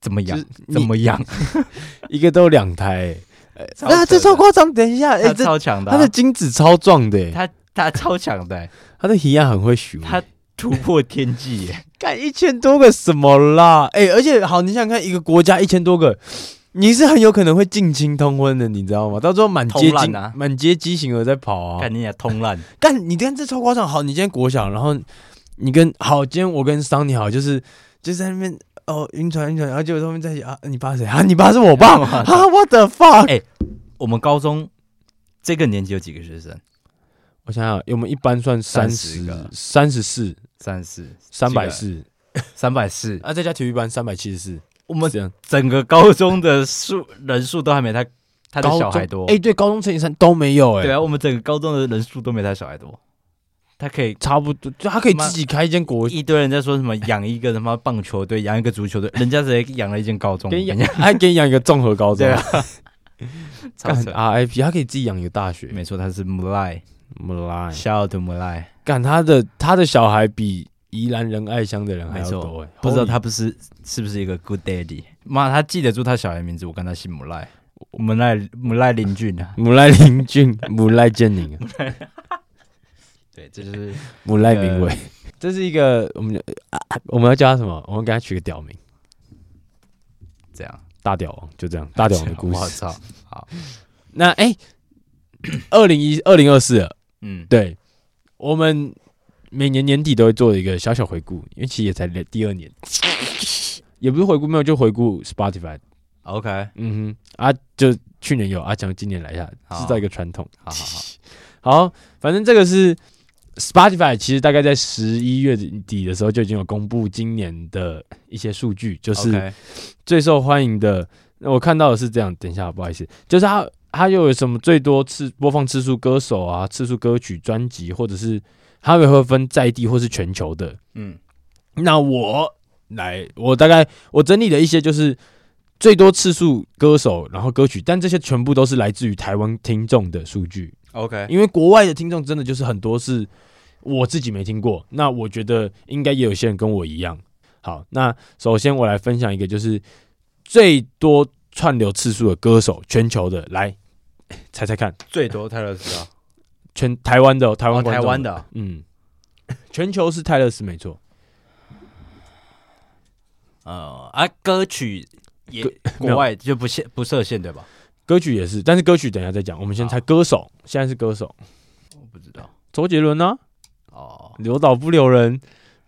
[SPEAKER 3] 怎么样
[SPEAKER 1] 就是？你
[SPEAKER 3] 怎么样？
[SPEAKER 1] 一个都有两胎、欸，
[SPEAKER 3] 超扯的
[SPEAKER 1] 夸张。等一下，哎
[SPEAKER 3] 他超强的啊、
[SPEAKER 1] 他的精子超壮的、欸，他
[SPEAKER 3] 他他超强的欸、
[SPEAKER 1] 他的皮亚很会学、
[SPEAKER 3] 他突破天际、 欸。
[SPEAKER 1] 干一千多个什么啦？哎、而且好，你想想看，一个国家一千多个，你是很有可能会近亲通婚的，你知道吗？到时候满街
[SPEAKER 3] 通
[SPEAKER 1] 畸
[SPEAKER 3] 烂啊
[SPEAKER 1] 满街畸形儿在跑啊
[SPEAKER 3] 看！你俩通烂，
[SPEAKER 1] 干，你跟这超夸张。好，你今天国小，然后你跟好，今天我跟桑尼好，就是就在那边哦晕船晕船，然后结果他们在一起啊，你爸是谁啊？你爸是我 爸啊？What the fuck？、
[SPEAKER 3] 哎我们高中这个年级有几个学生？
[SPEAKER 1] 我想想，我们一般算三
[SPEAKER 3] 30
[SPEAKER 1] 十
[SPEAKER 3] 个、
[SPEAKER 1] 三十四、
[SPEAKER 3] 三四
[SPEAKER 1] 三百四，
[SPEAKER 3] 三百四，
[SPEAKER 1] 啊，再加体育班三百七十四，
[SPEAKER 3] 呃我
[SPEAKER 1] 我
[SPEAKER 3] 们
[SPEAKER 1] 这样
[SPEAKER 3] 整个高中的数人数都还没他他的
[SPEAKER 1] 高
[SPEAKER 3] 小
[SPEAKER 1] 中
[SPEAKER 3] 孩多。
[SPEAKER 1] 哎，对，高中乘以三都没有，哎，
[SPEAKER 3] 对啊，我们整个高中的人数都没他小孩多。他可以
[SPEAKER 1] 差不多，就他可以自己开一间国，
[SPEAKER 3] 一堆人在说什么养一个他妈棒球队，养一个足球队，人家直接养了一间高中，
[SPEAKER 1] 给你养
[SPEAKER 3] 人家，
[SPEAKER 1] 还给你养一个综合高中
[SPEAKER 3] 对，啊， 超
[SPEAKER 1] 干
[SPEAKER 3] 扯。
[SPEAKER 1] RIP，他可以自己养一个大学，
[SPEAKER 3] 没错，他是 Mulai，
[SPEAKER 1] 么啦，
[SPEAKER 3] shout out to Mulai，
[SPEAKER 1] 干他的他的小孩比宜兰仁爱乡的人还
[SPEAKER 3] 没
[SPEAKER 1] 要多，
[SPEAKER 3] 错
[SPEAKER 1] 哎，，
[SPEAKER 3] 不知道
[SPEAKER 1] Holy-
[SPEAKER 3] 他不是是不是一个 good daddy。妈，他记得住他小孩名字，我跟他姓 Mulai，Mulai Mulai 林俊啊。
[SPEAKER 1] 母赖林俊， 母赖建 宁，
[SPEAKER 3] 对，这就是
[SPEAKER 1] 母赖明
[SPEAKER 3] 呃
[SPEAKER 1] 伟，这是一个我们啊我们要叫他什么？我们给他取个屌名，
[SPEAKER 3] 这样。
[SPEAKER 1] 大屌王，就这样，大屌王的故
[SPEAKER 3] 我
[SPEAKER 1] 事。
[SPEAKER 3] 操，
[SPEAKER 1] 那哎，二零一二零二四，
[SPEAKER 3] 嗯，
[SPEAKER 1] 对我们每年年底都会做一个小小回顾，因为其实也才第二 年，也不是回顾，没有就回顾 Spotify。
[SPEAKER 3] ，OK，
[SPEAKER 1] 嗯哼，啊，就去年有啊，讲今年来一下，
[SPEAKER 3] 好
[SPEAKER 1] 制造一个传统。
[SPEAKER 3] 好好好，
[SPEAKER 1] 好，反正这个是 Spotify，其实大概在十一月底的时候就已经有公布今年的一些数据，就
[SPEAKER 3] 就是
[SPEAKER 1] 最受欢迎的，我看到的是这样。等一下，不好意思，就是它它又有什么最多次播放次数歌手啊，次数歌曲、专辑，或者是它也会分在地或是全球的。
[SPEAKER 3] 嗯，
[SPEAKER 1] 那我来，我大概我整理了一些，就是最多次数歌手，然后歌曲，但这些全部都是来自于台湾听众的数据，
[SPEAKER 3] OK，
[SPEAKER 1] 因为国外的听众真的就是很多是我自己没听过，那我觉得应该也有些人跟我一样。好，那首先我来分享一个，就是最多串流次数的歌手，全球的来猜猜看，
[SPEAKER 3] 最多泰勒斯啊，
[SPEAKER 1] 全台湾的哦台
[SPEAKER 3] 哦
[SPEAKER 1] 湾观
[SPEAKER 3] 台
[SPEAKER 1] 众
[SPEAKER 3] 湾，的啊
[SPEAKER 1] 嗯，全球是泰勒斯没错，
[SPEAKER 3] 呃啊，歌曲也
[SPEAKER 1] 歌没
[SPEAKER 3] 国
[SPEAKER 1] 有
[SPEAKER 3] 外就不限不设限对吧？
[SPEAKER 1] 歌曲也是，但是歌曲等一下再讲，我们先猜歌手，现在是歌手，
[SPEAKER 3] 我不知道
[SPEAKER 1] 周杰伦呢？
[SPEAKER 3] 哦，
[SPEAKER 1] 留岛不留人，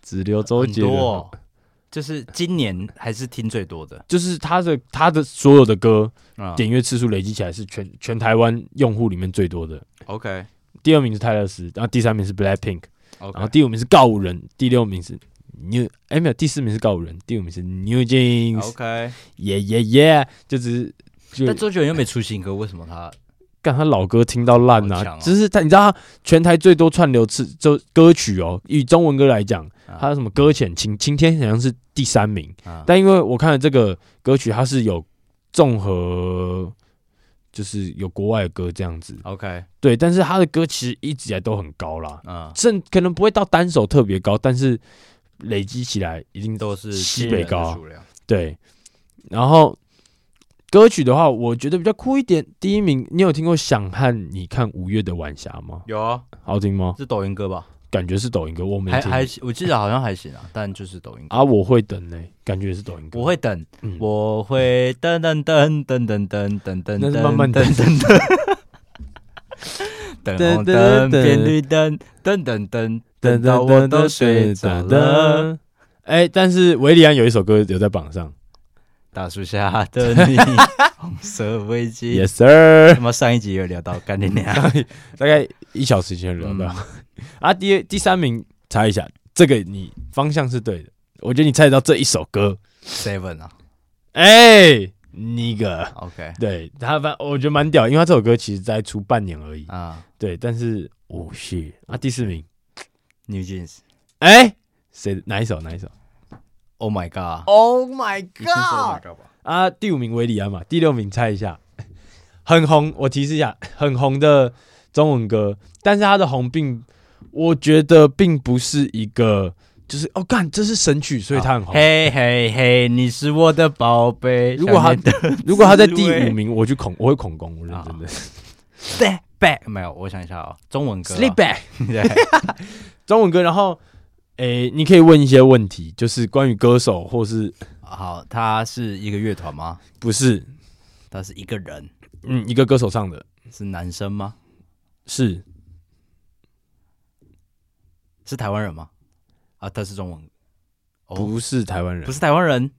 [SPEAKER 1] 只留周
[SPEAKER 3] 很
[SPEAKER 1] 杰伦
[SPEAKER 3] 多
[SPEAKER 1] 哦。
[SPEAKER 3] 哦，就是今年还是听最多的
[SPEAKER 1] 就是他的他的所有的歌
[SPEAKER 3] 啊
[SPEAKER 1] 点阅次数累积起来是全全台湾用户里面最多的。
[SPEAKER 3] OK
[SPEAKER 1] 第二名是泰勒斯，然后第三名是 Blackpink，然后
[SPEAKER 3] OK
[SPEAKER 1] 第五名是告五人，第六名是 New，哎、没有，第四名是告五人，第五名是 New Jeans，
[SPEAKER 3] OK，
[SPEAKER 1] 耶耶耶，就只是就
[SPEAKER 3] 但周杰伦又没出新歌，为什么他
[SPEAKER 1] 干他老歌听到烂
[SPEAKER 3] 好
[SPEAKER 1] 呐、
[SPEAKER 3] 强哦
[SPEAKER 1] 只是他你知道他全台最多串流次就歌曲哦，以中文歌来讲，
[SPEAKER 3] 啊
[SPEAKER 1] 他有什么搁浅晴晴天好像是第三名，
[SPEAKER 3] 啊
[SPEAKER 1] 但因为我看了这个歌曲，它是有综合，就是有国外的歌这样子，
[SPEAKER 3] OK
[SPEAKER 1] 对，但是他的歌其实一直以来都很高啦，
[SPEAKER 3] 啊，
[SPEAKER 1] 甚可能不会到单首特别高，但是累积起来一定
[SPEAKER 3] 都是
[SPEAKER 1] 西
[SPEAKER 3] 新人
[SPEAKER 1] 北高
[SPEAKER 3] 的
[SPEAKER 1] 啊
[SPEAKER 3] 数量
[SPEAKER 1] 对。然后歌曲的话，我觉得比较酷一点。第一名，你有听过《想和你看五月的晚霞》吗？
[SPEAKER 3] 有啊，
[SPEAKER 1] 好听吗？
[SPEAKER 3] 是抖音歌吧？
[SPEAKER 1] 感觉是抖音歌，我没
[SPEAKER 3] 还
[SPEAKER 1] 听
[SPEAKER 3] 还我记得好像还行啊，但就是抖音歌。
[SPEAKER 1] 啊，我会等呢、感觉也是抖音歌。
[SPEAKER 3] 我会等，
[SPEAKER 1] 嗯
[SPEAKER 3] 我会噔噔噔噔噔噔噔噔，
[SPEAKER 1] 那是慢慢
[SPEAKER 3] 噔
[SPEAKER 1] 等
[SPEAKER 3] 噔噔，等红灯变绿灯，噔噔噔等到我都睡着了。。
[SPEAKER 1] 哎、但是维里安有一首歌有在榜上
[SPEAKER 3] 大树下的你，红色围巾。
[SPEAKER 1] ，Yes sir。
[SPEAKER 3] 他妈上一集有聊到干你娘，
[SPEAKER 1] 大概一小时前聊到、 啊，第二第三名猜一下，这个你方向是对的，我觉得你猜得到这一首歌。
[SPEAKER 3] Seven 啊
[SPEAKER 1] 哎、那个，
[SPEAKER 3] ，OK
[SPEAKER 1] 对他反我觉得蛮屌，因为他这首歌其实才出半年而已。
[SPEAKER 3] 啊
[SPEAKER 1] 对，但是哦是啊，第四名，
[SPEAKER 3] ，New Jeans，Oh
[SPEAKER 1] 哎、谁哪一首哪一首
[SPEAKER 3] my God，Oh
[SPEAKER 1] ？Oh my
[SPEAKER 3] my God 吧，
[SPEAKER 1] 啊，第五名维里安嘛，第六名猜一下，很红，我提示一下，很红的中文歌，但是它的红并我觉得并不是一个，就是哦干，这是神曲，所以它很红。
[SPEAKER 3] 哦嘿嘿嘿，你是我的宝贝。
[SPEAKER 1] 如果他
[SPEAKER 3] 想念的哦
[SPEAKER 1] 如果它在第
[SPEAKER 3] 滋味
[SPEAKER 1] 五名，我就恐我会恐攻，我认真的。啊
[SPEAKER 3] Step Back 没有，我想一下哦，中文歌啊
[SPEAKER 1] Sleep back，
[SPEAKER 3] 对。
[SPEAKER 1] 中文歌，然后诶、你可以问一些问题，就是关于歌手或是
[SPEAKER 3] 好，他是一个乐团吗？
[SPEAKER 1] 不是，
[SPEAKER 3] 他是一个人，
[SPEAKER 1] 嗯，一个歌手唱的，
[SPEAKER 3] 是男生吗？
[SPEAKER 1] 是
[SPEAKER 3] 是台湾人吗？啊，他是中文，哦
[SPEAKER 1] 不是台湾人？
[SPEAKER 3] 不是台湾人，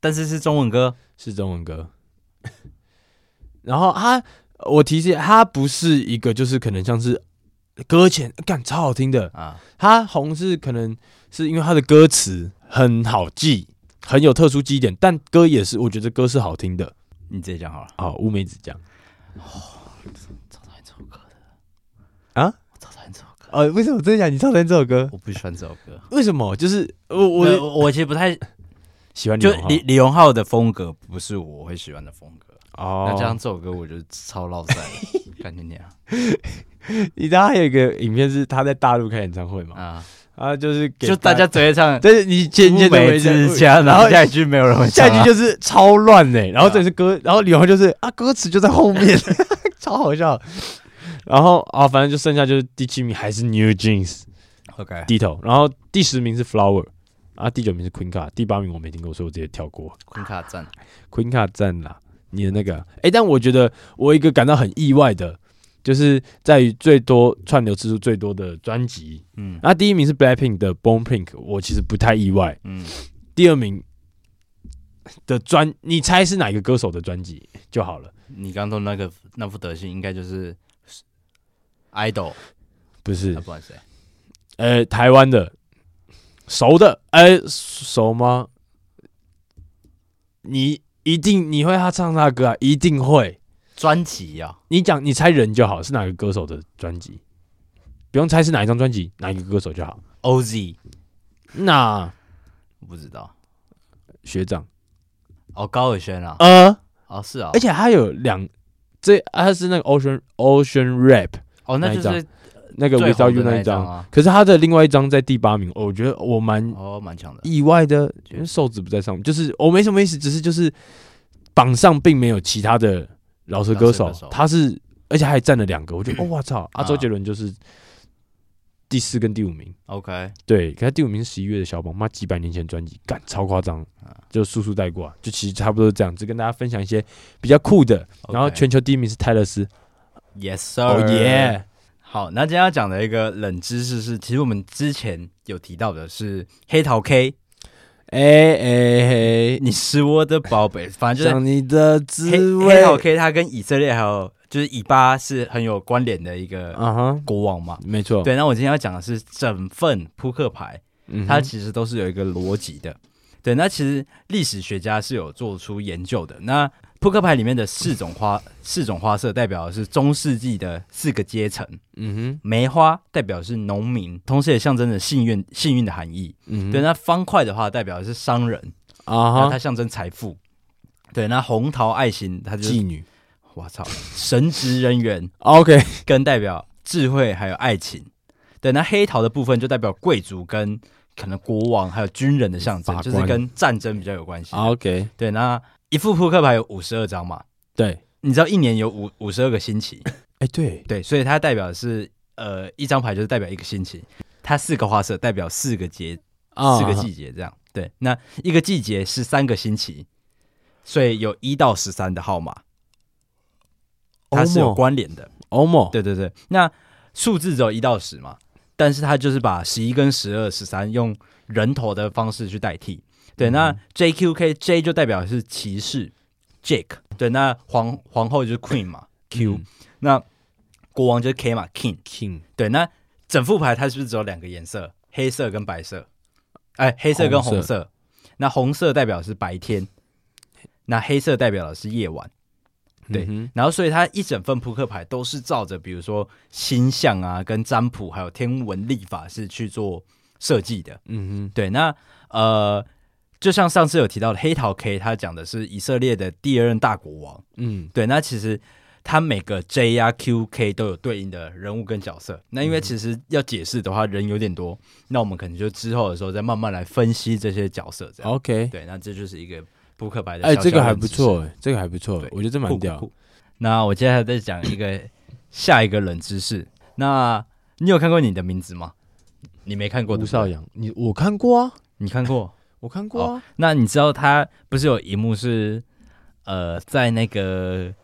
[SPEAKER 3] 但是是中文歌。
[SPEAKER 1] 是中文歌。 然后他，我提示他不是一个，就是可能像是搁浅，干超好听的。
[SPEAKER 3] 啊
[SPEAKER 1] 他红是可能是因为他的歌词很好记，很有特殊记忆点，但歌也是，我觉得歌是好听的。
[SPEAKER 3] 你直接讲好了。
[SPEAKER 1] 好，乌梅子酱，
[SPEAKER 3] 超讨厌这首歌的
[SPEAKER 1] 啊！
[SPEAKER 3] 我超讨厌这首歌，
[SPEAKER 1] 呃，为什么真的讲你超讨厌这首歌？呃
[SPEAKER 3] 我不喜欢这首歌。
[SPEAKER 1] 为什么？就是我
[SPEAKER 3] 没有
[SPEAKER 1] 我
[SPEAKER 3] 我我其实不太
[SPEAKER 1] 喜欢
[SPEAKER 3] 就
[SPEAKER 1] 荣浩
[SPEAKER 3] 李李荣浩的风格不是我会喜欢的风格。那这样
[SPEAKER 1] 哦，
[SPEAKER 3] 这首歌我觉得超落塞的， 感觉你啊
[SPEAKER 1] 你知道还有一个影片是他在大陆开演唱会嘛？
[SPEAKER 3] 啊，
[SPEAKER 1] 啊，就是给
[SPEAKER 3] 就大家，只会唱《
[SPEAKER 1] 但是你渐渐
[SPEAKER 3] 乌
[SPEAKER 1] 的
[SPEAKER 3] 梅 之家》，然
[SPEAKER 1] 然
[SPEAKER 3] 后
[SPEAKER 1] 后
[SPEAKER 3] 下一句没有人会 唱
[SPEAKER 1] 下
[SPEAKER 3] 啊。
[SPEAKER 1] 一句就是超乱哎、然后这是歌，然后李荣浩就是啊，歌词就在后面， 超好笑。然后啊，反正就剩下就是第七名还是 New Jeans
[SPEAKER 3] OK，
[SPEAKER 1] 低头，然后第十名是 Flower，啊，第九名是 Queen Card，第八名我没听过，所以我直接跳过。
[SPEAKER 3] 昆卡赞。
[SPEAKER 1] Queen Card 占啦，你的那个，哎、但我觉得我有一个感到很意外的，就是在于最多串流次数最多的专辑，
[SPEAKER 3] 嗯
[SPEAKER 1] 那第一名是 Blackpink 的 Born Pink，我其实不太意外，
[SPEAKER 3] 嗯，
[SPEAKER 1] 第二名的专，你猜是哪个歌手的专辑就好了。
[SPEAKER 3] 你刚刚说那个那副德行，应该就是 idol，
[SPEAKER 1] 不是
[SPEAKER 3] 啊、，不管谁，
[SPEAKER 1] 呃，台湾的熟的，呃，熟吗？你一定你会他唱他的歌啊，一定会。
[SPEAKER 3] 专辑啊呀、
[SPEAKER 1] 你讲你猜人就好，是哪个歌手的专辑，不用猜是哪一张专辑，哪一个歌手就好。
[SPEAKER 3] ，OZ，
[SPEAKER 1] 那
[SPEAKER 3] 我不知道，
[SPEAKER 1] 学长，
[SPEAKER 3] 哦，高尔轩啊，
[SPEAKER 1] 呃，
[SPEAKER 3] 哦是啊、哦
[SPEAKER 1] 而，且他有两，这啊他是那个 Ocean Ocean Rap
[SPEAKER 3] 哦那就
[SPEAKER 1] 那一
[SPEAKER 3] 是
[SPEAKER 1] 那个
[SPEAKER 3] 最
[SPEAKER 1] Without
[SPEAKER 3] 红
[SPEAKER 1] You
[SPEAKER 3] 的
[SPEAKER 1] 那
[SPEAKER 3] 那
[SPEAKER 1] 一张，
[SPEAKER 3] 啊，
[SPEAKER 1] 可是他的另外一张在第八名，我觉得我蛮
[SPEAKER 3] 哦蛮强的，
[SPEAKER 1] 意外的，因为瘦子不在上面，就是我、没什么意思，只是就是榜上并没有其他的饶舌歌
[SPEAKER 3] 饶
[SPEAKER 1] 手
[SPEAKER 3] 舌歌手，嗯
[SPEAKER 1] 他是而且他还占了两个，我觉得哦，我操！啊，周杰伦就是第四跟第五名，
[SPEAKER 3] OK，
[SPEAKER 1] 对，可他第五名是十一月的小宝，妈几百年前专辑，干超夸张，就速速带过啊，就其实差不多是这样，只跟大家分享一些比较酷的。然后全球第一名是泰勒斯，
[SPEAKER 3] Yes
[SPEAKER 1] 哦
[SPEAKER 3] sir，
[SPEAKER 1] 耶，
[SPEAKER 3] 好，那今天要讲的一个冷知识是，其实我们之前有提到的是黑桃 K，
[SPEAKER 1] 哎哎嘿，
[SPEAKER 3] 你是我的 宝贝，反正就是
[SPEAKER 1] 想你的
[SPEAKER 3] 黑
[SPEAKER 1] 滋
[SPEAKER 3] 黑
[SPEAKER 1] 味，
[SPEAKER 3] 桃 K，它跟以色列还有就是以巴是很有关联的一个
[SPEAKER 1] 啊哈，
[SPEAKER 3] 国王嘛。
[SPEAKER 1] 没错，
[SPEAKER 3] 对，那我今天要讲的是整份扑克牌，
[SPEAKER 1] 哦嗯哼，
[SPEAKER 3] 它其实都是有一个逻辑的。对，那其实历史学家是有做出研究的。那扑克牌里面的四种花，四种花色代表的是中世纪的四个阶层。
[SPEAKER 1] 嗯
[SPEAKER 3] 梅花代表是农民，同时也象征着幸运幸运的含义。
[SPEAKER 1] 哼，嗯哼，
[SPEAKER 3] 对，那方块的话代表的是商人，那、
[SPEAKER 1] 啊
[SPEAKER 3] 它
[SPEAKER 1] 哈，
[SPEAKER 3] 象征财富。对，那红桃爱心，它就是
[SPEAKER 1] 妓女
[SPEAKER 3] 我操，神职人员
[SPEAKER 1] ，OK，
[SPEAKER 3] 跟代表智慧还有爱情。对，那黑桃的部分就代表贵族跟可能国王还有军人的象征，
[SPEAKER 1] 法
[SPEAKER 3] 就是
[SPEAKER 1] 官啊
[SPEAKER 3] 跟战争比较有关系。
[SPEAKER 1] OK，
[SPEAKER 3] 对，那一副扑克牌有五十二张嘛，
[SPEAKER 1] 对，
[SPEAKER 3] 你知道一年有五五十二个星期，
[SPEAKER 1] 哎 对，
[SPEAKER 3] 对，所以它代表的是呃一张牌就是代表一个星期，它四个花色代表四个节
[SPEAKER 1] 啊
[SPEAKER 3] 四个季节这样。对，那一个季节是三个星期，所以有一到十三的号码，它是有
[SPEAKER 1] 欧
[SPEAKER 3] 关联的。
[SPEAKER 1] 欧莫，
[SPEAKER 3] 对对对，那数字只有一到十嘛，但是它就是把十一跟十二、十三用人头的方式去代替。对，那 JQK J 就代表是骑士 Jake，对，那皇皇后就是 Queen 嘛 Q，、
[SPEAKER 1] 嗯
[SPEAKER 3] 那国王就是 K 嘛 King，
[SPEAKER 1] King
[SPEAKER 3] 对，那整副牌它是不是只有两个颜色，黑色跟白色？哎，黑色跟红色。
[SPEAKER 1] 红
[SPEAKER 3] 那红色代表是白天，那黑色代表的是夜晚。对，
[SPEAKER 1] 嗯
[SPEAKER 3] 然后所以它一整份扑克牌都是照着，比如说星象啊、跟占卜还有天文历法是去做设计的。
[SPEAKER 1] 嗯
[SPEAKER 3] 对，那呃，就像上次有提到的黑桃 K，它讲的是以色列的第二任大国王。
[SPEAKER 1] 哼，嗯
[SPEAKER 3] 对，那其实它每个 J 啊、Q、K 都有对应的人物跟角色。那
[SPEAKER 1] 嗯
[SPEAKER 3] 因为其实要解释的话，人有点多，那我们可能就之后的时候再慢慢来分析这些角色。这样，
[SPEAKER 1] ，OK，
[SPEAKER 3] 对，那这就是一个扑克牌的
[SPEAKER 1] 哎，
[SPEAKER 3] 小
[SPEAKER 1] 这个
[SPEAKER 3] 小
[SPEAKER 1] 还
[SPEAKER 3] 冷
[SPEAKER 1] 不
[SPEAKER 3] 知识
[SPEAKER 1] 错，哎，这个还不错
[SPEAKER 3] 对，
[SPEAKER 1] 我觉得这蛮屌
[SPEAKER 3] 酷。酷酷那我接下来再讲一个下一个冷知识。那你有看过你的名字吗？你没看过
[SPEAKER 1] 吴
[SPEAKER 3] 对不对
[SPEAKER 1] 少阳，你我看过啊，
[SPEAKER 3] 你看过？
[SPEAKER 1] 我看过啊，
[SPEAKER 3] 哦那你知道他不是有一幕是呃在那个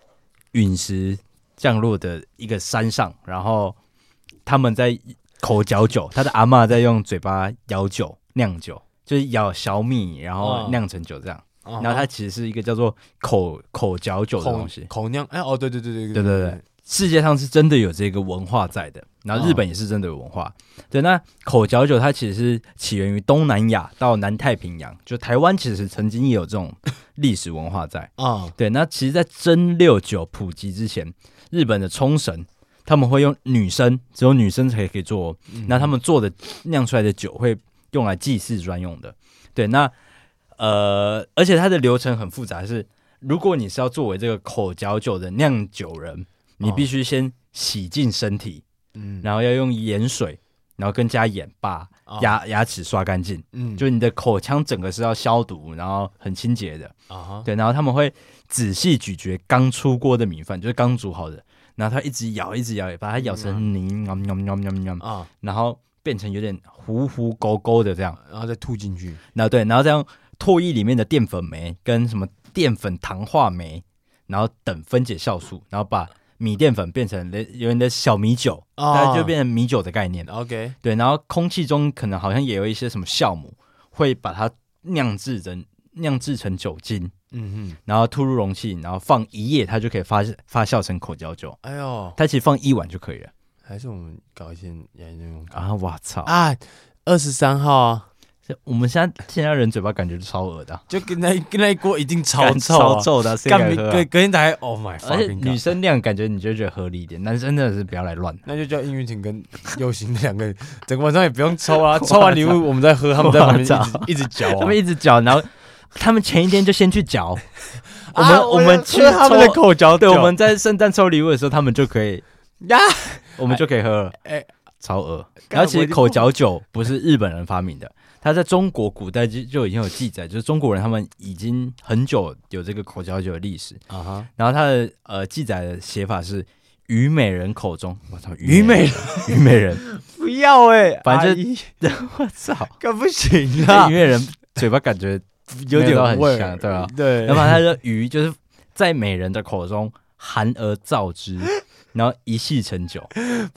[SPEAKER 3] 陨石降落的一个山上，然后他们在口嚼酒，他的阿嬷在用嘴巴咬酒酿酒，就是咬小米，然后
[SPEAKER 1] 哦
[SPEAKER 3] 酿成酒这样。
[SPEAKER 1] 然
[SPEAKER 3] 然后它其实是一个叫做口口嚼酒的
[SPEAKER 1] 口
[SPEAKER 3] 东西。
[SPEAKER 1] 口酿，哎哦，对对对对
[SPEAKER 3] 对对对，世界上是真的有这个文化在的，然后日
[SPEAKER 1] 哦
[SPEAKER 3] 本也是真的有文化。对，那口嚼酒它其实是起源于东南亚到南太平洋，就台湾其实曾经也有这种历史文化在。
[SPEAKER 1] 啊，
[SPEAKER 3] 对，那其实，在蒸馏酒普及之前，日本的冲绳他们会用女生，只有女生才可以做哦、
[SPEAKER 1] 嗯
[SPEAKER 3] 那他们做的酿出来的酒会用来祭祀专用的。对，那呃，而且它的流程很复杂，是如果你是要作为这个口嚼酒的酿酒人，你
[SPEAKER 1] 哦
[SPEAKER 3] 必须先洗净身体，
[SPEAKER 1] 嗯
[SPEAKER 3] 然后要用盐水，然后跟加盐把
[SPEAKER 1] 哦
[SPEAKER 3] 牙牙齿刷干净，
[SPEAKER 1] 嗯
[SPEAKER 3] 就你的口腔整个是要消毒，然后很清洁的。
[SPEAKER 1] 啊哈，
[SPEAKER 3] 对，然后他们会仔细咀嚼刚出锅的米饭，就是刚煮好的，然后他一直咬，一直咬，把它咬成泥，喵喵喵喵喵喵
[SPEAKER 1] 啊，
[SPEAKER 3] 然后变成有点糊糊勾勾的这样。
[SPEAKER 1] 然后再吐进去，
[SPEAKER 3] 那对，然后再用唾液里面的淀粉酶跟什么淀粉糖化酶，然后等分解酵素，然后把米淀粉变成类有点的小米酒，
[SPEAKER 1] 啊
[SPEAKER 3] 它就变成米酒的概念。
[SPEAKER 1] OK，
[SPEAKER 3] 对，然后空气中可能好像也有一些什么酵母，会把它酿制成酿制成酒精。
[SPEAKER 1] 嗯哼，
[SPEAKER 3] 然后吐入容器，然后放一夜，它就可以发发酵成口嚼酒。
[SPEAKER 1] 哎呦，
[SPEAKER 3] 它其实放一碗就可以了。
[SPEAKER 1] 还是我们搞一些研究
[SPEAKER 3] 啊，我操！
[SPEAKER 1] 啊，二十三号啊，
[SPEAKER 3] 这我们现在现在人嘴巴感觉超恶的啊、
[SPEAKER 1] 就跟那跟那一锅一定超
[SPEAKER 3] 干
[SPEAKER 1] 臭
[SPEAKER 3] 超
[SPEAKER 1] 啊。
[SPEAKER 3] 臭的啊，谁
[SPEAKER 1] 干
[SPEAKER 3] 敢
[SPEAKER 1] 明
[SPEAKER 3] 喝啊
[SPEAKER 1] 隔隔天打开，Oh my
[SPEAKER 3] 而且
[SPEAKER 1] fucking
[SPEAKER 3] 女
[SPEAKER 1] god！
[SPEAKER 3] 生量感觉你就觉得合理一点，男生真的是不要来乱。
[SPEAKER 1] 那就叫音乐亭跟右行两个人，整个晚上也不用抽 啊，抽完礼物我们再喝，他们在旁边一直一直嚼
[SPEAKER 3] 他
[SPEAKER 1] 啊
[SPEAKER 3] 们。一直嚼，然后 他们前一天就先去嚼。我
[SPEAKER 1] 啊
[SPEAKER 3] 们、
[SPEAKER 1] 我
[SPEAKER 3] 我们去
[SPEAKER 1] 喝他们的
[SPEAKER 3] 抽
[SPEAKER 1] 口嚼
[SPEAKER 3] 对，
[SPEAKER 1] 酒
[SPEAKER 3] 我们在圣诞抽礼物的时候，他们就可以，
[SPEAKER 1] 呀，
[SPEAKER 3] 我们就可以喝了。
[SPEAKER 1] 哎
[SPEAKER 3] 超恶。
[SPEAKER 2] 干
[SPEAKER 3] 然后其
[SPEAKER 2] 我
[SPEAKER 3] 实
[SPEAKER 2] 已经
[SPEAKER 3] 口角酒不是日本人发明的，它在中国古代就就已经有记载， 就是中国人他们已经很久有这个口角酒的历史。
[SPEAKER 1] 啊哈，
[SPEAKER 3] 然后它的呃记载的写法是“虞美人口中”，我操，
[SPEAKER 1] 虞美 人，
[SPEAKER 3] 虞美人，
[SPEAKER 1] 不要哎、
[SPEAKER 3] 反正
[SPEAKER 1] 阿姨
[SPEAKER 3] 我操，
[SPEAKER 1] 干不行
[SPEAKER 3] 虞
[SPEAKER 1] 啊，
[SPEAKER 3] 美人啊嘴巴感觉
[SPEAKER 1] 有
[SPEAKER 3] 没
[SPEAKER 1] 点
[SPEAKER 3] 到很
[SPEAKER 1] 味儿
[SPEAKER 3] 像对啊吧
[SPEAKER 1] 对，啊
[SPEAKER 3] 然后它的鱼就是在美人的口中含而造 之，然后一系成酒。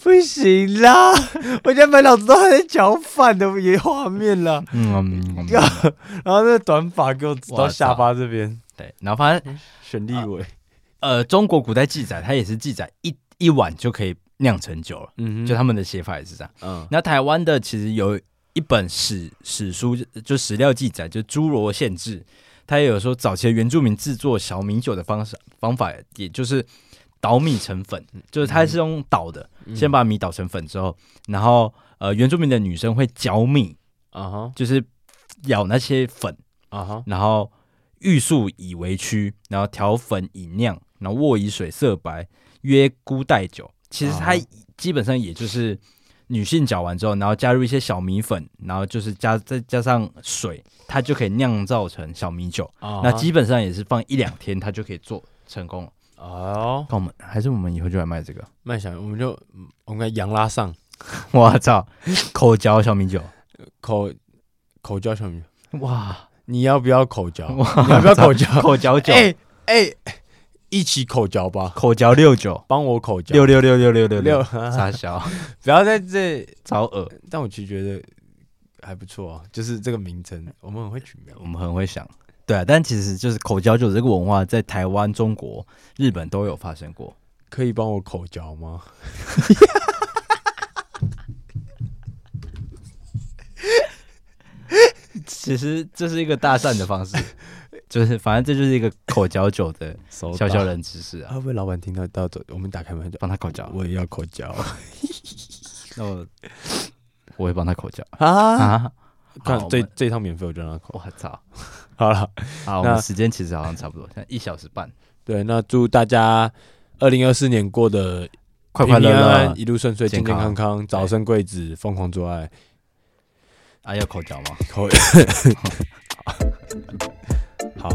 [SPEAKER 1] 不行啦， 我现在满脑子都还在嚼饭的也画面啦。
[SPEAKER 3] 嗯，嗯嗯
[SPEAKER 1] 然后那短发给我指
[SPEAKER 3] 哇
[SPEAKER 1] 到下巴这边，
[SPEAKER 3] 对。然后反正
[SPEAKER 1] 选立委，
[SPEAKER 3] 呃，中国古代记载，它也是记载一一碗就可以酿成酒了，
[SPEAKER 1] 嗯哼
[SPEAKER 3] 就他们的写法也是这样。
[SPEAKER 1] 嗯
[SPEAKER 3] 那台湾的其实有一本史史书，就史料记载，就《侏罗县志》，它也有说早期的原住民制作小米酒的方式方法，也就是捣米成粉，就是它是用捣的，先把米捣成粉之后，然后呃，原住民的女生会搅米，
[SPEAKER 1] 啊哈
[SPEAKER 3] 就是咬那些粉，
[SPEAKER 1] 啊哈，
[SPEAKER 3] 然后玉树以为曲，然后调粉以酿，然后卧以水色白，曰孤代酒。其实它
[SPEAKER 1] 啊
[SPEAKER 3] 基本上也就是女性搅完之后，然后加入一些小米粉，然后就是加再加上水，它就可以酿造成小米酒。那
[SPEAKER 1] 那
[SPEAKER 3] 基本上也是放一两天，它就可以做成功了。
[SPEAKER 1] 哦，
[SPEAKER 3] 看我们还是我们以后就来卖这个。
[SPEAKER 1] 麦想我们就嗯我们给羊拉上
[SPEAKER 3] 我操，口嚼小米酒，
[SPEAKER 1] 口口交小米，
[SPEAKER 3] 哇，
[SPEAKER 1] 你要不要口交？你要不要口交？
[SPEAKER 3] 口嚼酒，
[SPEAKER 1] 哎哎，一起口交吧，
[SPEAKER 3] 口嚼六九，
[SPEAKER 1] 帮我口交
[SPEAKER 3] 六，六六六六六
[SPEAKER 1] 六
[SPEAKER 3] 六， 傻小，
[SPEAKER 1] 不要在这，
[SPEAKER 3] 超恶，
[SPEAKER 1] 但我其实觉得还不错啊，就是这个名称，我们很会取名
[SPEAKER 3] 我们很会想。对啊，但其实就是口嚼酒这个文化，在台湾、中国、日本都有发生过。
[SPEAKER 1] 可以帮我口交吗？
[SPEAKER 3] 其实这是一个大善的方 式，就是反正这就是一个口嚼酒的
[SPEAKER 1] 手
[SPEAKER 3] 小小
[SPEAKER 1] 打
[SPEAKER 3] 冷知识啊，
[SPEAKER 1] 啊会不会老板听到到走？我们打开门就
[SPEAKER 3] 帮他口嚼。
[SPEAKER 1] 我也要口交啊
[SPEAKER 3] 那我我会帮他口嚼
[SPEAKER 1] 啊！
[SPEAKER 3] 啊！
[SPEAKER 1] 看
[SPEAKER 3] 好我
[SPEAKER 1] 这
[SPEAKER 3] 们
[SPEAKER 1] 这一趟免费我就让他口。
[SPEAKER 3] 我操！
[SPEAKER 1] 好了，
[SPEAKER 3] 好，我
[SPEAKER 1] 那
[SPEAKER 3] 们时间其实好像差不多，现在一小时半，
[SPEAKER 1] 对，那祝大家二零二四年过得
[SPEAKER 3] 快快乐
[SPEAKER 1] 平平安
[SPEAKER 3] 乐
[SPEAKER 1] 安，一路顺遂，
[SPEAKER 3] 健
[SPEAKER 1] 健
[SPEAKER 3] 康
[SPEAKER 1] 健康康，早生贵子，疯狂做爱。
[SPEAKER 3] 啊！要口嚼吗？
[SPEAKER 1] 口好，